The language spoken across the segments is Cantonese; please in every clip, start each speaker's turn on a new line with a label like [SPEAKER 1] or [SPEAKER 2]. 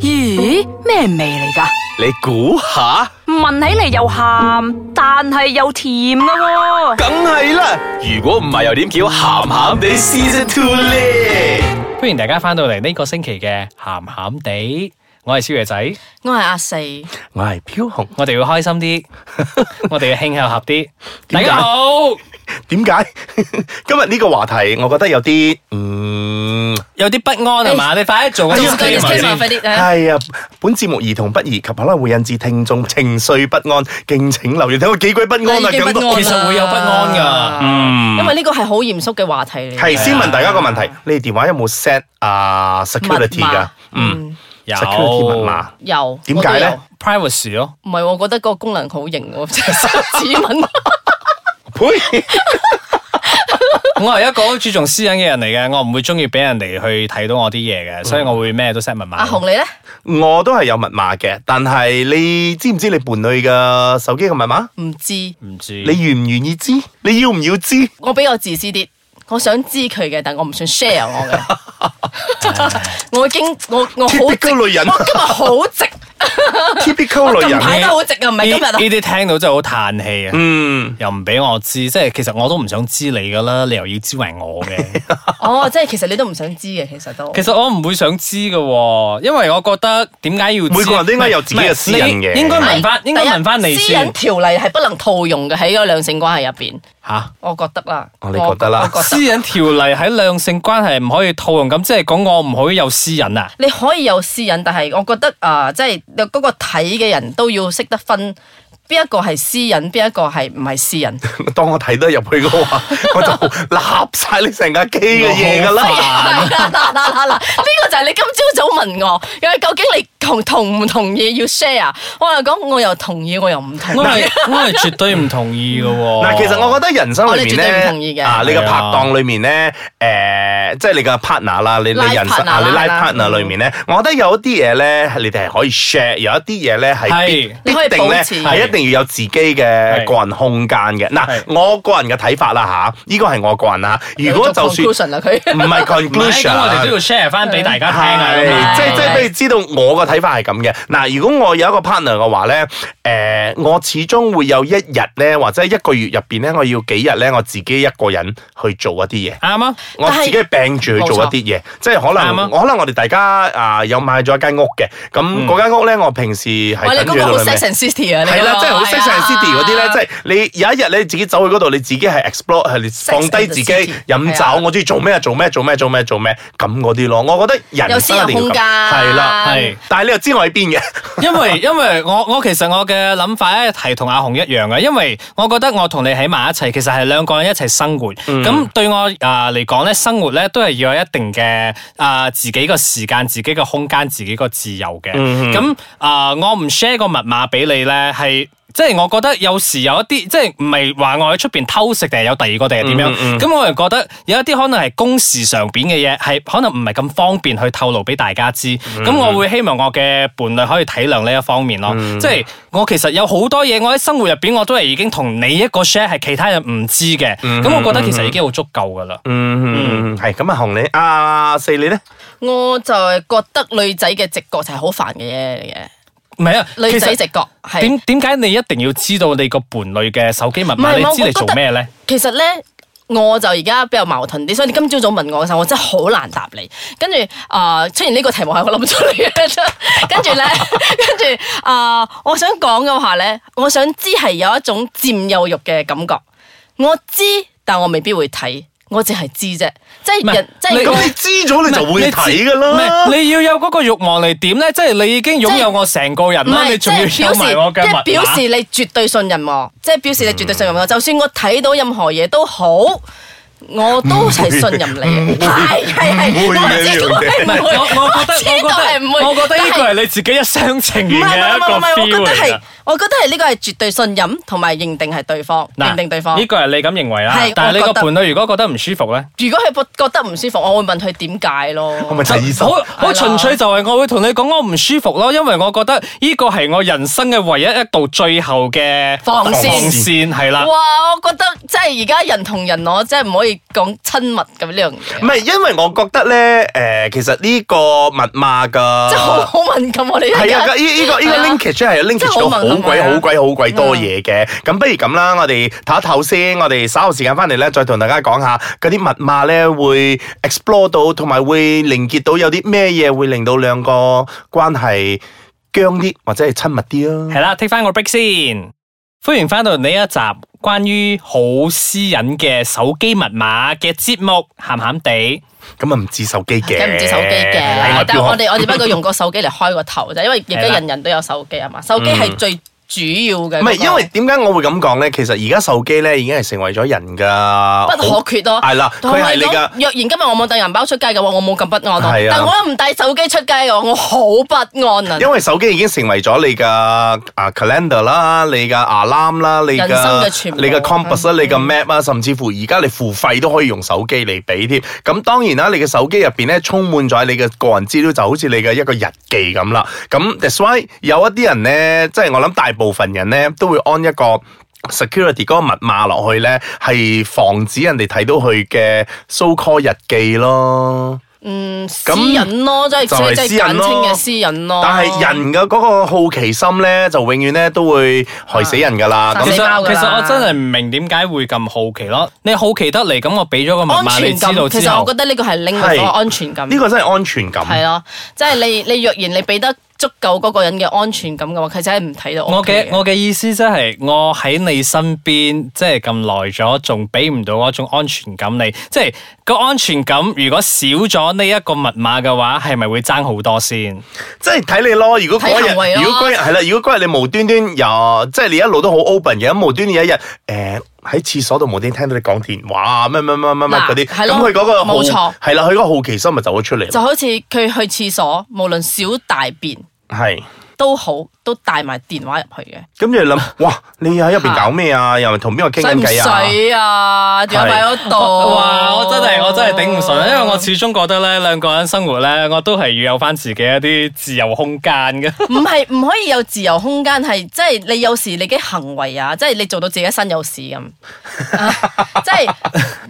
[SPEAKER 1] 咦，咩味嚟噶？
[SPEAKER 2] 你估下，
[SPEAKER 1] 聞起嚟又鹹，但係又甜噶喎、
[SPEAKER 2] 梗係啦！如果唔係又點叫鹹鹹地 Season Two 咧？
[SPEAKER 3] 歡迎大家翻到嚟呢個星期嘅鹹鹹地，我係少爺仔，
[SPEAKER 4] 我係阿四，
[SPEAKER 2] 我係飄紅，
[SPEAKER 3] 我哋要開心啲， 我哋要慶合合啲。大
[SPEAKER 2] 點解
[SPEAKER 3] 家好，
[SPEAKER 2] 點解 今日呢個話題，我覺得有啲嗯。
[SPEAKER 3] 有啲不安係嘛？你快啲做個
[SPEAKER 4] 做個
[SPEAKER 3] disclaimer 先
[SPEAKER 4] disclaimer 快啲啊！
[SPEAKER 2] 係啊，本節目兒童不宜及可能會引致聽眾 情緒不安，敬請留意。睇我幾鬼不安啊！
[SPEAKER 4] 已經
[SPEAKER 2] 咁
[SPEAKER 4] 不
[SPEAKER 2] 多
[SPEAKER 4] 安
[SPEAKER 3] 其實會有不安㗎
[SPEAKER 4] 嗯，因為呢個係好嚴肅嘅話題嚟。
[SPEAKER 2] 係先問大家一個問題，你哋電話有冇 set 啊
[SPEAKER 4] 密
[SPEAKER 2] security
[SPEAKER 4] 碼
[SPEAKER 2] 噶？嗯
[SPEAKER 3] 有
[SPEAKER 2] ，security 密碼。
[SPEAKER 4] 有
[SPEAKER 2] 點解咧？
[SPEAKER 3] privacy 咯，
[SPEAKER 4] 我都有唔係，我覺得個功能好型喎， 即係 指紋。
[SPEAKER 2] 呸！
[SPEAKER 3] 我係一個好注重私隱嘅人嚟嘅，我唔會中意俾人哋去睇到我啲嘢嘅，所以我會咩都 set 密碼。
[SPEAKER 4] 阿紅你咧？
[SPEAKER 2] 我都係有密碼嘅，但係你知唔知你伴侶嘅手機嘅密碼？
[SPEAKER 4] 唔知，
[SPEAKER 3] 唔知
[SPEAKER 2] 你願唔願意知？你要唔要知？
[SPEAKER 4] 我比較自私啲，我想知佢嘅，但我唔想 share 我嘅。 我已經我我好直，
[SPEAKER 2] Typical 女 人
[SPEAKER 4] 我今日好直，
[SPEAKER 2] ，typical 女
[SPEAKER 4] 近排
[SPEAKER 2] 人。
[SPEAKER 4] 都好直啊，唔係今日啊。
[SPEAKER 3] 呢啲聽到真係好嘆氣啊！
[SPEAKER 2] 嗯，
[SPEAKER 3] 又唔俾我知，即係其實我都唔想知你噶啦，你又要知埋我嘅。
[SPEAKER 4] 哦，即係其實你都唔想知嘅，其實都。
[SPEAKER 3] 其實我唔會想知嘅喎，因為我覺得點解要知啊
[SPEAKER 2] 每個人都應該有自己嘅私隱嘅
[SPEAKER 3] 唔係你應該問翻，應該問翻
[SPEAKER 4] 第
[SPEAKER 3] 你
[SPEAKER 4] 一私隱
[SPEAKER 3] 先
[SPEAKER 4] 條例係不能套用嘅喺嗰個兩性關係入邊，
[SPEAKER 3] 嚇。
[SPEAKER 4] 我覺得啦。
[SPEAKER 2] 哦你覺得啦
[SPEAKER 4] 我我覺
[SPEAKER 3] 私隱條例喺兩性關係唔可以套用，咁即係講我唔可以有私隱啊？
[SPEAKER 4] 你可以有私隱，但係我覺得啊、即係有嗰個睇嘅人都要識得分邊一個係私隱，邊一個係唔係私 隱。
[SPEAKER 2] 當我睇得入去嘅話， 我就立晒你成架機嘅嘢噶
[SPEAKER 3] 我好煩
[SPEAKER 2] 啦。
[SPEAKER 4] 嗱嗱嗱嗱嗱，呢個就係你今朝早問我，佢究竟你同同唔同意要 share？我又講我又同意，我又唔同
[SPEAKER 3] 我
[SPEAKER 4] 意。
[SPEAKER 3] 係我係絕對唔同意嘅喎。
[SPEAKER 2] 嗱，其實我覺得人生裏面
[SPEAKER 4] 我哋絕對唔同
[SPEAKER 2] 咧
[SPEAKER 4] 意，嘅啊
[SPEAKER 2] 啊，你嘅
[SPEAKER 3] 係啊
[SPEAKER 2] 拍檔裏面咧，誒，即係你嘅 partner 啦，你你
[SPEAKER 4] Life
[SPEAKER 2] 人生
[SPEAKER 4] partner
[SPEAKER 2] 啊，你
[SPEAKER 4] 啦
[SPEAKER 2] life
[SPEAKER 4] 係啦
[SPEAKER 2] partner 裏面咧，我覺得有一啲嘢咧，你哋係可以 share，有一啲嘢咧係必
[SPEAKER 3] 係
[SPEAKER 4] 你可以
[SPEAKER 2] 必定咧
[SPEAKER 4] 保持
[SPEAKER 2] 係一定要有自己嘅個人空間嘅。嗱
[SPEAKER 3] 係，
[SPEAKER 2] 我個人嘅睇法啦吓，呢個係我個人啦。如果就算
[SPEAKER 4] conclusion 啦，佢
[SPEAKER 2] 唔係
[SPEAKER 3] 唔係咁，我哋都
[SPEAKER 2] conclusion
[SPEAKER 3] 要。share 翻俾大家聽啊。咁
[SPEAKER 2] 係，
[SPEAKER 3] 樣
[SPEAKER 2] 即係即係
[SPEAKER 4] 係
[SPEAKER 2] 俾你知道我個睇法係咁嘅。嗱，如果我有一個 partner 嘅話咧，誒、我始終會有一日咧，或者一個月入邊咧，我要幾日咧，我自己一個人去做一啲嘢。
[SPEAKER 3] 啱啊！
[SPEAKER 2] 我自己病住去做一啲嘢，即係可
[SPEAKER 3] 啱
[SPEAKER 2] 能
[SPEAKER 3] 啊嗯
[SPEAKER 2] 我可能我哋大家啊有買咗一間屋嘅，咁嗰間屋咧，我平時
[SPEAKER 3] 哦
[SPEAKER 4] 哇！你
[SPEAKER 2] 係
[SPEAKER 4] 嗰
[SPEAKER 2] 等
[SPEAKER 4] 個
[SPEAKER 2] 住
[SPEAKER 4] 好
[SPEAKER 2] 佢
[SPEAKER 4] sex
[SPEAKER 2] 咩？
[SPEAKER 4] and city 啊，你
[SPEAKER 2] 係
[SPEAKER 4] 嗰
[SPEAKER 2] 啦，
[SPEAKER 4] 個
[SPEAKER 2] 即係好 sex and city 嗰啲
[SPEAKER 4] 係
[SPEAKER 2] 咧，
[SPEAKER 4] 啊
[SPEAKER 2] 即係你有一日你自己走去嗰度，你自己係 explore，係你放
[SPEAKER 4] and
[SPEAKER 2] 低自
[SPEAKER 4] the city，
[SPEAKER 2] 己飲
[SPEAKER 4] 係啊
[SPEAKER 2] 酒，我中意做咩做咩做咩做咩做咩咁嗰啲咯。我覺得人
[SPEAKER 4] 有私
[SPEAKER 2] 生一
[SPEAKER 4] 人
[SPEAKER 2] 定要
[SPEAKER 4] 空
[SPEAKER 2] 咁，
[SPEAKER 4] 間，
[SPEAKER 2] 係啦。嗯
[SPEAKER 3] 係
[SPEAKER 2] 但係你又知我喺邊嘅，
[SPEAKER 3] 因為因為我我其實我嘅諗法咧係同阿紅一樣嘅，因為我覺得我同你喺埋一齊，其實係兩個人一齊生活。咁、對我啊嚟講咧，生活咧都係要有一定嘅啊、自己個時間、自己個空間、自己個自由嘅。咁啊、我唔 share 個密碼俾你咧，係。即係我覺得有時有一啲，即係唔係話我喺出邊偷食定係有第二個定係點樣？咁、我又覺得有一啲可能係公事上邊嘅嘢，係可能唔係咁方便去透露俾大家知。咁、我會希望我嘅伴侶可以體諒呢一方面咯。即係我其實有好多嘢，我喺生活入邊我都係已經同你一個 share，係其他人唔知嘅。咁、我覺得其實已經好足夠噶啦。
[SPEAKER 2] 嗯，係咁啊，紅你啊，四你咧，
[SPEAKER 4] 我就係覺得女仔嘅直覺就係好煩嘅嘢嚟嘅，
[SPEAKER 3] 唔係啊，
[SPEAKER 4] 女仔
[SPEAKER 3] 其實
[SPEAKER 4] 直覺係
[SPEAKER 3] 點點解你一定要知道你個伴侶嘅手機密
[SPEAKER 4] 唔
[SPEAKER 3] 碼？
[SPEAKER 4] 係
[SPEAKER 3] 你
[SPEAKER 4] 我
[SPEAKER 3] 知嚟
[SPEAKER 4] 覺
[SPEAKER 3] 做
[SPEAKER 4] 得
[SPEAKER 3] 咩咧？
[SPEAKER 4] 其實咧。我就而家比較矛盾啲，所以你今朝早問我嘅時候，我真係好難答你。跟住啊，出現呢個題目係我諗出嚟 嘅，跟住咧，跟住啊，呃我想講嘅話咧，我想知係有一種佔有欲嘅感覺。我知，但我未必會睇，我淨係知啫。即
[SPEAKER 3] 唔係
[SPEAKER 4] 係人，即
[SPEAKER 3] 你
[SPEAKER 4] 係
[SPEAKER 2] 咁你知咗你就會睇噶
[SPEAKER 3] 唔
[SPEAKER 2] 啦。
[SPEAKER 3] 係你要有嗰個欲望嚟點咧？即係你已經擁有我成個人
[SPEAKER 4] 唔
[SPEAKER 3] 啦，
[SPEAKER 4] 係
[SPEAKER 3] 啊你仲要
[SPEAKER 4] 即係表
[SPEAKER 3] 有埋
[SPEAKER 4] 示
[SPEAKER 3] 我嘅
[SPEAKER 4] 即
[SPEAKER 3] 密
[SPEAKER 4] 係表示
[SPEAKER 3] 碼。嗯
[SPEAKER 4] 你絕對信任我，即係表示你絕對信任我。就算我睇到任何嘢都好，我都係信任你嘅。係係係，
[SPEAKER 2] 唔會
[SPEAKER 4] 我
[SPEAKER 2] 嘅呢
[SPEAKER 4] 知
[SPEAKER 2] 樣
[SPEAKER 4] 道
[SPEAKER 2] 嘢
[SPEAKER 3] 唔係
[SPEAKER 4] 係
[SPEAKER 3] 我，我覺得
[SPEAKER 4] 知道係唔會
[SPEAKER 3] 我覺得我覺得呢個
[SPEAKER 4] 但係
[SPEAKER 3] 係你自己一廂情
[SPEAKER 4] 唔係唔
[SPEAKER 3] 願嘅
[SPEAKER 4] 係
[SPEAKER 3] 一個
[SPEAKER 4] 唔係，我
[SPEAKER 3] feel
[SPEAKER 4] 覺得
[SPEAKER 3] 嚟
[SPEAKER 4] 係
[SPEAKER 3] 㗎。
[SPEAKER 4] 我覺得係呢個係絕對信任同埋認定係對方，
[SPEAKER 3] 嗱
[SPEAKER 4] 認定對方
[SPEAKER 3] 呢。個係你咁認為啦
[SPEAKER 4] 係，
[SPEAKER 3] 但係你
[SPEAKER 4] 我
[SPEAKER 3] 個
[SPEAKER 4] 覺得
[SPEAKER 3] 伴侶如果覺得唔舒服咧，
[SPEAKER 4] 如果佢覺得唔舒服，我會問佢點解咯。
[SPEAKER 2] 我咪就係醫生
[SPEAKER 3] 好。好純粹就係我會同你講我唔舒服咯，因為我覺得呢個係我人生嘅唯一一道最後嘅
[SPEAKER 4] 防線
[SPEAKER 3] 防線係
[SPEAKER 4] 啊
[SPEAKER 3] 啦。
[SPEAKER 4] 哇！我覺得即係而家人同人，我真係唔可以講親密咁呢樣嘢
[SPEAKER 2] 唔，係，因為我覺得咧，誒、其實呢個密碼噶，
[SPEAKER 4] 即係好好敏感我哋而
[SPEAKER 2] 啊係
[SPEAKER 4] 家
[SPEAKER 2] 啊，呢呢個呢個
[SPEAKER 4] 係啊
[SPEAKER 2] linkage 真係 linkage 到
[SPEAKER 4] 真係好敏感
[SPEAKER 2] 好鬼
[SPEAKER 4] 啊
[SPEAKER 2] 好鬼好鬼多嘢嘅。咁不如咁啦，我哋唞一唞先，我哋稍後時間翻嚟咧，再同大家講下嗰啲密碼咧會 explore 到，同埋會連結到有啲咩嘢會令到兩個關係僵啲或者係親密
[SPEAKER 4] 嗯
[SPEAKER 2] 啲啊。
[SPEAKER 3] 係啦，take 翻個 break 先。歡迎翻到呢一集關於好私隱嘅手機密碼嘅節目，鹹鹹地。
[SPEAKER 2] 咁啊唔止手機嘅，
[SPEAKER 4] 梗唔止手機
[SPEAKER 2] 係
[SPEAKER 4] 嘅
[SPEAKER 2] 咪，
[SPEAKER 4] 但係我
[SPEAKER 2] 邊
[SPEAKER 4] 哋我哋不過用個手機嚟開個頭啫，因為
[SPEAKER 3] 係
[SPEAKER 4] 而
[SPEAKER 3] 啦
[SPEAKER 4] 家人人都有手機啊嘛，手機係最主要嘅嗰個，
[SPEAKER 2] 嗯唔係，因為點解我會咁講咧？其實而家手機咧已經係成為咗人噶
[SPEAKER 4] 不可缺咯。
[SPEAKER 2] 係啦，
[SPEAKER 4] 同
[SPEAKER 2] 佢
[SPEAKER 4] 埋
[SPEAKER 2] 係你
[SPEAKER 4] 講
[SPEAKER 2] 噶。
[SPEAKER 4] 若然今日我冇帶銀包出街嘅話，我冇咁不安咯。
[SPEAKER 2] 係啊
[SPEAKER 4] 但我都唔帶手機出街嘅話，我好不安啊！
[SPEAKER 2] 因為手機已經成為咗你嘅啊 calendar 啦，你嘅 alarm 啦，你
[SPEAKER 4] 人生嘅全部嗯
[SPEAKER 2] 你嘅 compass 啦，你嘅 map 啊，甚至乎而家你付費都可以用手機嚟俾添。咁當然啦，你嘅手機入邊咧充滿咗你嘅個人資料，就好似你嘅一個日記咁啦。咁 that's why 有一啲人咧，即係我諗大部分人咧都會安一個。security 嗰個密碼落去咧，係防止人哋睇到佢嘅 so call 日記咯。
[SPEAKER 4] 嗯，私
[SPEAKER 2] 咁
[SPEAKER 4] 隱咯，即係
[SPEAKER 2] 就係
[SPEAKER 4] 所以即係簡稱嘅私隱咯。
[SPEAKER 2] 但係人嘅嗰個好奇心咧，就永遠咧都會害死人㗎啦。
[SPEAKER 4] 啊
[SPEAKER 2] 咁
[SPEAKER 3] 其
[SPEAKER 4] 死貓
[SPEAKER 3] 實
[SPEAKER 4] 㗎
[SPEAKER 3] 其
[SPEAKER 4] 啦
[SPEAKER 3] 實我真係唔明點解會咁好奇咯。你好奇得嚟，咁我俾咗個密
[SPEAKER 4] 安
[SPEAKER 3] 碼你
[SPEAKER 4] 全感，
[SPEAKER 3] 知道
[SPEAKER 4] 其
[SPEAKER 3] 之
[SPEAKER 4] 實我
[SPEAKER 3] 後
[SPEAKER 4] 覺，得呢個係另
[SPEAKER 2] 係
[SPEAKER 4] 外一個安全感。
[SPEAKER 2] 呢個真係安全感。
[SPEAKER 4] 係啊咯，即係你你若然你俾得足夠嗰個人嘅安全感嘅話，佢真係唔睇到
[SPEAKER 3] 我嘅
[SPEAKER 4] OK
[SPEAKER 3] 我嘅意思即係我喺你身邊，即係咁耐咗，仲俾唔到嗰種安全感你，即係個安全感如果少咗呢一個密碼嘅話，係咪會爭好多先？
[SPEAKER 2] 即係睇你咯。如果嗰
[SPEAKER 4] 睇行為
[SPEAKER 2] 日，
[SPEAKER 4] 咯
[SPEAKER 2] 如果嗰日係啦，如果嗰日你無端端又即係你一路都好 open 嘅，咁無端端有一日誒喺廁所度無端端聽到你講電話乜乜乜乜乜
[SPEAKER 4] 嗱
[SPEAKER 2] 嗰啲，
[SPEAKER 4] 係
[SPEAKER 2] 咁
[SPEAKER 4] 咯
[SPEAKER 2] 佢嗰個好
[SPEAKER 4] 冇錯
[SPEAKER 2] 係啦，佢嗰個好奇心咪走咗出嚟
[SPEAKER 4] 就
[SPEAKER 2] 咯。
[SPEAKER 4] 好似佢去廁所，無論小大便
[SPEAKER 2] 係。
[SPEAKER 4] 都好，都帶埋電話入去嘅，
[SPEAKER 2] 咁你諗，哇！你喺入邊搞咩 啊？又咪同邊個傾
[SPEAKER 4] 使
[SPEAKER 2] 緊
[SPEAKER 4] 唔
[SPEAKER 2] 偈啊？
[SPEAKER 4] 使啊？電話擺喺度，
[SPEAKER 3] 哇！我真係我真係頂唔順啊啦，因為我始終覺得咧兩個人生活咧，我都係要有翻自己一啲自由空間嘅。
[SPEAKER 4] 唔係唔可以有自由空間，係即係你有時你嘅行為啊，即係你做到自己身有 事咁，啊即係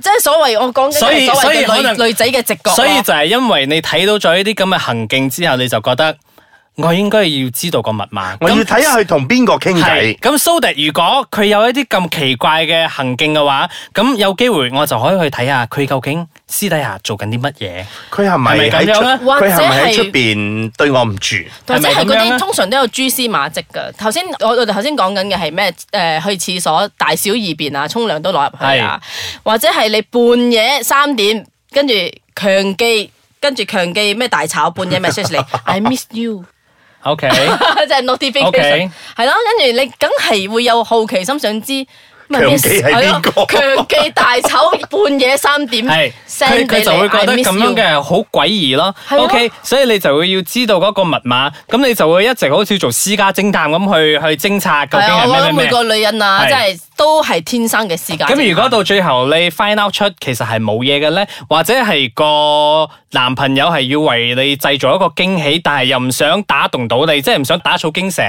[SPEAKER 4] 即係所謂我講緊
[SPEAKER 3] 所以
[SPEAKER 4] 係所
[SPEAKER 3] 所以
[SPEAKER 4] 謂
[SPEAKER 3] 可能
[SPEAKER 4] 嘅女女仔嘅直覺啊咯，
[SPEAKER 3] 所以就係因為你睇到咗呢啲咁嘅行徑之後，你就覺得我應該要知道個密碼。
[SPEAKER 2] 我要
[SPEAKER 3] 咁
[SPEAKER 2] 睇下佢同邊個傾
[SPEAKER 3] 係
[SPEAKER 2] 偈。
[SPEAKER 3] 咁，so that 如果佢有一啲咁奇怪嘅行徑嘅話，咁有機會我就可以去睇下佢究竟私底下做緊啲乜嘢。
[SPEAKER 2] 佢係咪
[SPEAKER 3] 係咪咁
[SPEAKER 2] 喺出
[SPEAKER 3] 樣咧
[SPEAKER 2] 佢係咪
[SPEAKER 4] 或者
[SPEAKER 2] 喺
[SPEAKER 4] 係
[SPEAKER 2] 出邊對我唔住？
[SPEAKER 4] 或
[SPEAKER 3] 係
[SPEAKER 4] 者
[SPEAKER 3] 咪
[SPEAKER 4] 係
[SPEAKER 3] 咁
[SPEAKER 4] 嗰
[SPEAKER 3] 樣咧
[SPEAKER 4] 啲通常都有蛛絲馬跡㗎。頭先我我哋頭先講緊嘅係咩？誒、去廁所大小二便啊，沖涼都攞入去啊，或者係你半夜三點跟住強記，跟住強記咩大炒半夜 message 你，I miss you，
[SPEAKER 3] OK，
[SPEAKER 4] 即係 notification
[SPEAKER 3] OK
[SPEAKER 4] 係咯，跟住你梗係會有好奇心想知。咩
[SPEAKER 2] 強記係邊個
[SPEAKER 4] 係咯強記大炒半夜三 點
[SPEAKER 3] 係佢
[SPEAKER 4] send 俾
[SPEAKER 3] 佢
[SPEAKER 4] 你
[SPEAKER 3] 就會覺得
[SPEAKER 4] I miss
[SPEAKER 3] 咁樣
[SPEAKER 4] you
[SPEAKER 3] 嘅好詭異咯。
[SPEAKER 4] 係啊
[SPEAKER 3] OK，所以你就會要知道嗰個密碼，咁你就會一直好似做私家偵探咁去去偵察究
[SPEAKER 4] 係
[SPEAKER 3] 竟
[SPEAKER 4] 啊，
[SPEAKER 3] 係
[SPEAKER 4] 我
[SPEAKER 3] 咩
[SPEAKER 4] 覺
[SPEAKER 3] 咩
[SPEAKER 4] 得每
[SPEAKER 3] 咩。
[SPEAKER 4] 個女人啊，
[SPEAKER 3] 係
[SPEAKER 4] 真係都係天生嘅私家。
[SPEAKER 3] 咁如果到最後你 find out 出其實係冇嘢嘅咧，或者係個男朋友係要為你製造一個驚喜，但係又唔想打動到你，即係唔想打草驚蛇。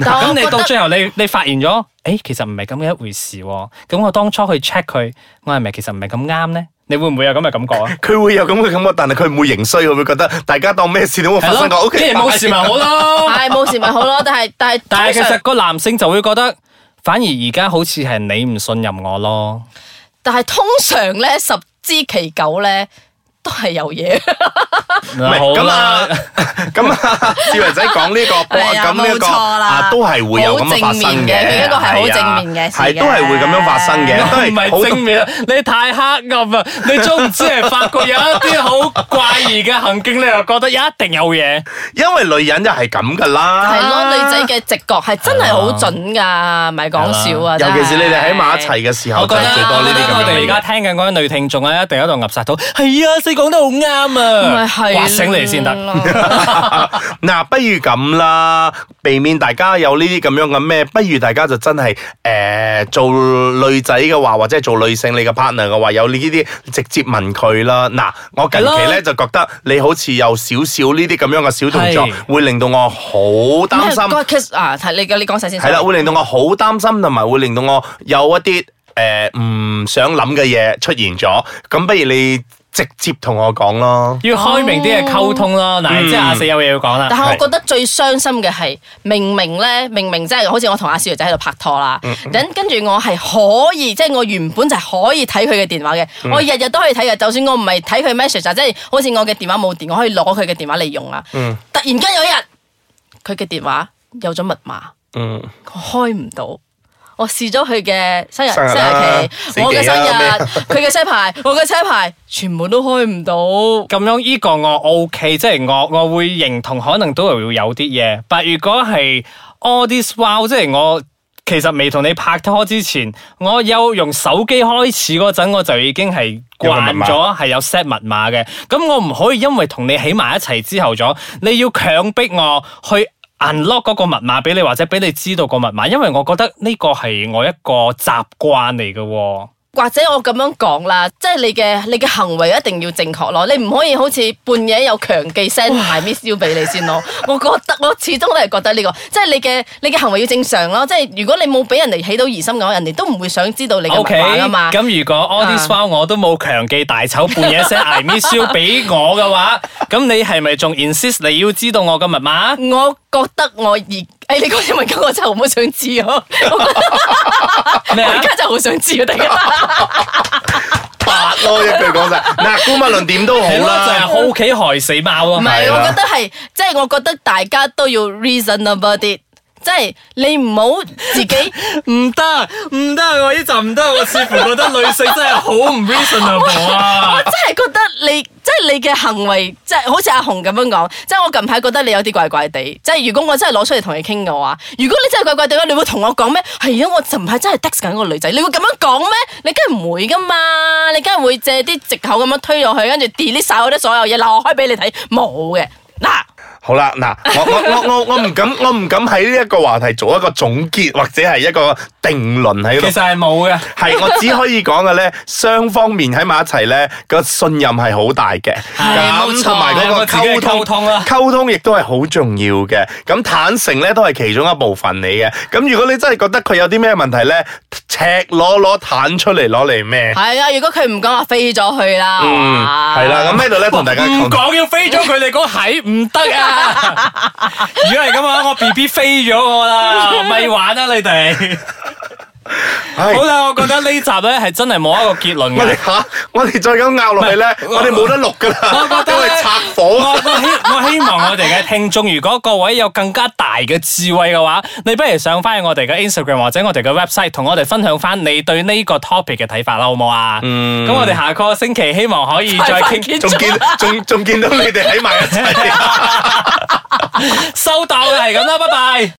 [SPEAKER 4] 但我
[SPEAKER 3] 咁你
[SPEAKER 4] 覺得
[SPEAKER 3] 到最後你你發現咗，誒、其實唔係咁嘅一回事喎。咁我當初去 check 佢，我係咪其實唔係咁啱咧？你會唔會有咁嘅感覺啊？
[SPEAKER 2] 佢會有咁嘅感覺，但係佢唔會認衰，佢會覺得大家當咩事都冇發生過。O 啊
[SPEAKER 3] 既
[SPEAKER 2] K，
[SPEAKER 3] 然冇事咪好 咯。
[SPEAKER 4] 系冇事咪好咯， 但系但系
[SPEAKER 3] 但係其實
[SPEAKER 4] 實，
[SPEAKER 3] 個男性就會覺得，反而而家好似係你唔信任我咯。
[SPEAKER 4] 但係通常咧十之其九咧都係有嘢，
[SPEAKER 2] 唔係
[SPEAKER 3] 好
[SPEAKER 2] 咁
[SPEAKER 3] 啦
[SPEAKER 2] 啊， 咁啊，志雲仔講呢個波，
[SPEAKER 4] 係啊
[SPEAKER 2] 咁呢
[SPEAKER 4] 冇
[SPEAKER 2] 個
[SPEAKER 4] 錯啦
[SPEAKER 2] 啊，都係會有咁嘅發生
[SPEAKER 4] 好正面
[SPEAKER 2] 嘅。
[SPEAKER 4] 嘅佢一個係好
[SPEAKER 2] 啊
[SPEAKER 4] 正面嘅事嘅
[SPEAKER 2] 係都係會咁樣發生 嘅，都
[SPEAKER 3] 唔
[SPEAKER 2] 係好
[SPEAKER 3] 係正面，啊你太黑暗啊！你總唔知係發覺有一啲好怪異嘅行徑，你又覺得一定有嘢。
[SPEAKER 2] 因為女人就係咁噶
[SPEAKER 3] 啊
[SPEAKER 2] 啦。
[SPEAKER 4] 係咯，女仔嘅直覺係真係好準㗎，咪講笑啊！
[SPEAKER 2] 尤其是你哋喺埋
[SPEAKER 4] 馬
[SPEAKER 2] 一齊嘅時
[SPEAKER 3] 我
[SPEAKER 2] 候，
[SPEAKER 3] 覺
[SPEAKER 2] 就
[SPEAKER 3] 得
[SPEAKER 2] 係最多呢啲
[SPEAKER 3] 我
[SPEAKER 2] 咁
[SPEAKER 3] 哋而
[SPEAKER 2] 樣
[SPEAKER 3] 家
[SPEAKER 2] 嘅嘢。
[SPEAKER 3] 聽緊嗰啲女聽眾咧，一定喺度岌晒肚。係啊，你講得好啱啊！
[SPEAKER 4] 咪係
[SPEAKER 3] 哇醒你先得。
[SPEAKER 4] 得。
[SPEAKER 2] 嗱，不如咁啦，避免大家有呢啲咁樣嘅咩，不如大家就真係诶、呃做女仔嘅話，或者係做女性你嘅 partner 嘅話，有呢啲直接問佢啦。嗱，我近期咧就覺得你好似有少少呢啲咁樣嘅小動作
[SPEAKER 3] 係，
[SPEAKER 2] 會令到我好擔心。
[SPEAKER 4] 個 kiss 啊，睇你你講晒先。
[SPEAKER 2] 係啦，會令到我好擔心，同埋會令到我有一啲诶唔想諗嘅嘢出現咗。咁不如你直接同我講咯。
[SPEAKER 3] 要開明啲嘅溝通咯。嗱，
[SPEAKER 2] 嗯
[SPEAKER 3] 即係阿四有嘢要講啦。
[SPEAKER 4] 但係
[SPEAKER 2] 係
[SPEAKER 4] 我覺得最傷心嘅係，明明咧，明明即係好似我同阿小姐喺度拍拖啦，
[SPEAKER 2] 嗯
[SPEAKER 4] 咁跟住我係可以，即係我原本就係可以睇佢嘅電話嘅，
[SPEAKER 2] 嗯
[SPEAKER 4] 我日日都可以睇嘅，就算我唔係睇佢 message 啊，即係好似我嘅電話冇電，我可以攞佢嘅電話嚟用啊。
[SPEAKER 2] 嗯
[SPEAKER 4] 突然間有一日，佢嘅電話有咗密碼，
[SPEAKER 2] 嗯。
[SPEAKER 4] 我開唔到。我試咗佢嘅生日、
[SPEAKER 2] 生
[SPEAKER 4] 生
[SPEAKER 2] 日
[SPEAKER 4] 日
[SPEAKER 2] 啦死
[SPEAKER 4] 期，我嘅
[SPEAKER 2] 記
[SPEAKER 4] 生
[SPEAKER 2] 啦
[SPEAKER 4] 日
[SPEAKER 2] 咩，
[SPEAKER 4] 佢嘅車牌，我嘅車牌，全部都開唔到。
[SPEAKER 3] 咁樣呢個我 OK，即係我我會認同，可能都係會有啲嘢。但如果係 all this while，即係我其實未同你拍拖之前，我有用手機開始嗰陣，我就已經係慣咗係有 set 密碼嘅。咁我唔可以因為同你喺埋一齊之後咗，你要強迫我去。unlock 嗰個密碼俾你，或者俾你知道個密碼，因為我覺得呢個係我一個習慣嚟嘅喎。
[SPEAKER 4] 或者我咁樣講啦，即係你嘅你嘅行為一定要正確咯，你唔可以好似半夜有強記 send 埋 miss you 俾你先咯。我覺得我始終都係覺得呢、個，即係你嘅你嘅行為要正常咯。即係如果你冇俾人哋起到疑心嘅話，人哋都唔會想知道你嘅
[SPEAKER 3] O
[SPEAKER 4] 密
[SPEAKER 3] K，
[SPEAKER 4] 碼啊嘛。
[SPEAKER 3] 咁如果 all this while 我都冇強記大丑半 夜 send I miss you 俾我嘅話，咁你係咪仲 insist 你要知道我嘅密碼？
[SPEAKER 4] 我覺得我而誒、哎你嗰啲問緊我真係好想知咯，
[SPEAKER 3] 咩
[SPEAKER 4] 我
[SPEAKER 3] 啊
[SPEAKER 4] 而？家就好想知啊！大家
[SPEAKER 2] 八咯，一句講晒。嗱，姑勿論點都好
[SPEAKER 3] 係咯，就係
[SPEAKER 2] 啦。
[SPEAKER 3] 好奇害死貓啊咯
[SPEAKER 4] 唔。
[SPEAKER 2] 係
[SPEAKER 4] 係，
[SPEAKER 2] 啦
[SPEAKER 4] 我覺得係即係我覺得大家都要 reasonable 啲，即係你唔好自己。
[SPEAKER 3] 唔得，唔得，我呢集唔得，我似乎覺得女性真係好唔 reasonable 啊
[SPEAKER 4] 我！真係覺得你，即係你嘅行為，即係好似阿紅咁樣講，即係我近排覺得你有啲怪怪地。即係如果我真係攞出嚟同你傾嘅話，如果你真係怪怪地嘅話，你會同我講咩？係啊，我近排真係 text 緊個女仔，你會咁樣講咩？你梗係唔會噶嘛，你梗係會借啲藉口咁樣推落去，跟住 delete 晒我啲所有嘢，嗱我開俾你睇，冇嘅嗱。
[SPEAKER 2] 好啦，嗱，我我我我我唔敢，我唔敢喺呢一個話題做一個總結或者係一個定論喺
[SPEAKER 3] 其
[SPEAKER 2] 度
[SPEAKER 3] 實。係冇嘅。
[SPEAKER 2] 係，我只可以講嘅咧，雙方面喺埋一齊咧，個信任係好大嘅。
[SPEAKER 4] 冇錯
[SPEAKER 2] 咁同埋嗰個
[SPEAKER 3] 兩個字嘅
[SPEAKER 2] 溝通，
[SPEAKER 3] 溝通啦
[SPEAKER 2] 溝通亦都係好重要嘅。咁坦誠咧都係其中一部分嚟嘅。咁如果你真係覺得佢有啲咩問題咧，赤裸裸坦出嚟攞嚟咩？
[SPEAKER 4] 係啊，如果佢唔講，我飛咗去啦。
[SPEAKER 2] 嗯，
[SPEAKER 4] 哇
[SPEAKER 2] 係啦。咁喺度咧同大家
[SPEAKER 3] 唔
[SPEAKER 2] 講。
[SPEAKER 3] 講要飛咗佢哋嗰蟹唔得啊！ 如果係咁嘅啊話，我 B B 飛咗我啦，咪玩啊你哋！
[SPEAKER 2] 唉
[SPEAKER 3] 好啦，我覺得呢集咧係真係冇一個結論
[SPEAKER 2] 我哋
[SPEAKER 3] 嘅。
[SPEAKER 2] 吓，我哋再咁拗落去咧，
[SPEAKER 3] 唔係
[SPEAKER 2] 我哋冇得錄噶
[SPEAKER 3] 我
[SPEAKER 2] 啦，
[SPEAKER 3] 覺得
[SPEAKER 2] 因為
[SPEAKER 3] 呢
[SPEAKER 2] 拆
[SPEAKER 3] 我
[SPEAKER 2] 火。
[SPEAKER 3] 我希 我希望我哋嘅聽眾，如果各位有更加大嘅智慧嘅話，你不如上翻去我哋嘅 Instagram 或者我哋嘅 website，同我哋分享翻你對呢個 topic 嘅睇法啦，好唔好啊？嗯。咁我哋下個星期希望可以再
[SPEAKER 4] 快快
[SPEAKER 3] 傾
[SPEAKER 4] 結
[SPEAKER 2] 仲見仲仲見到你哋喺埋一齊。
[SPEAKER 3] 收到嘅係咁啦，拜拜。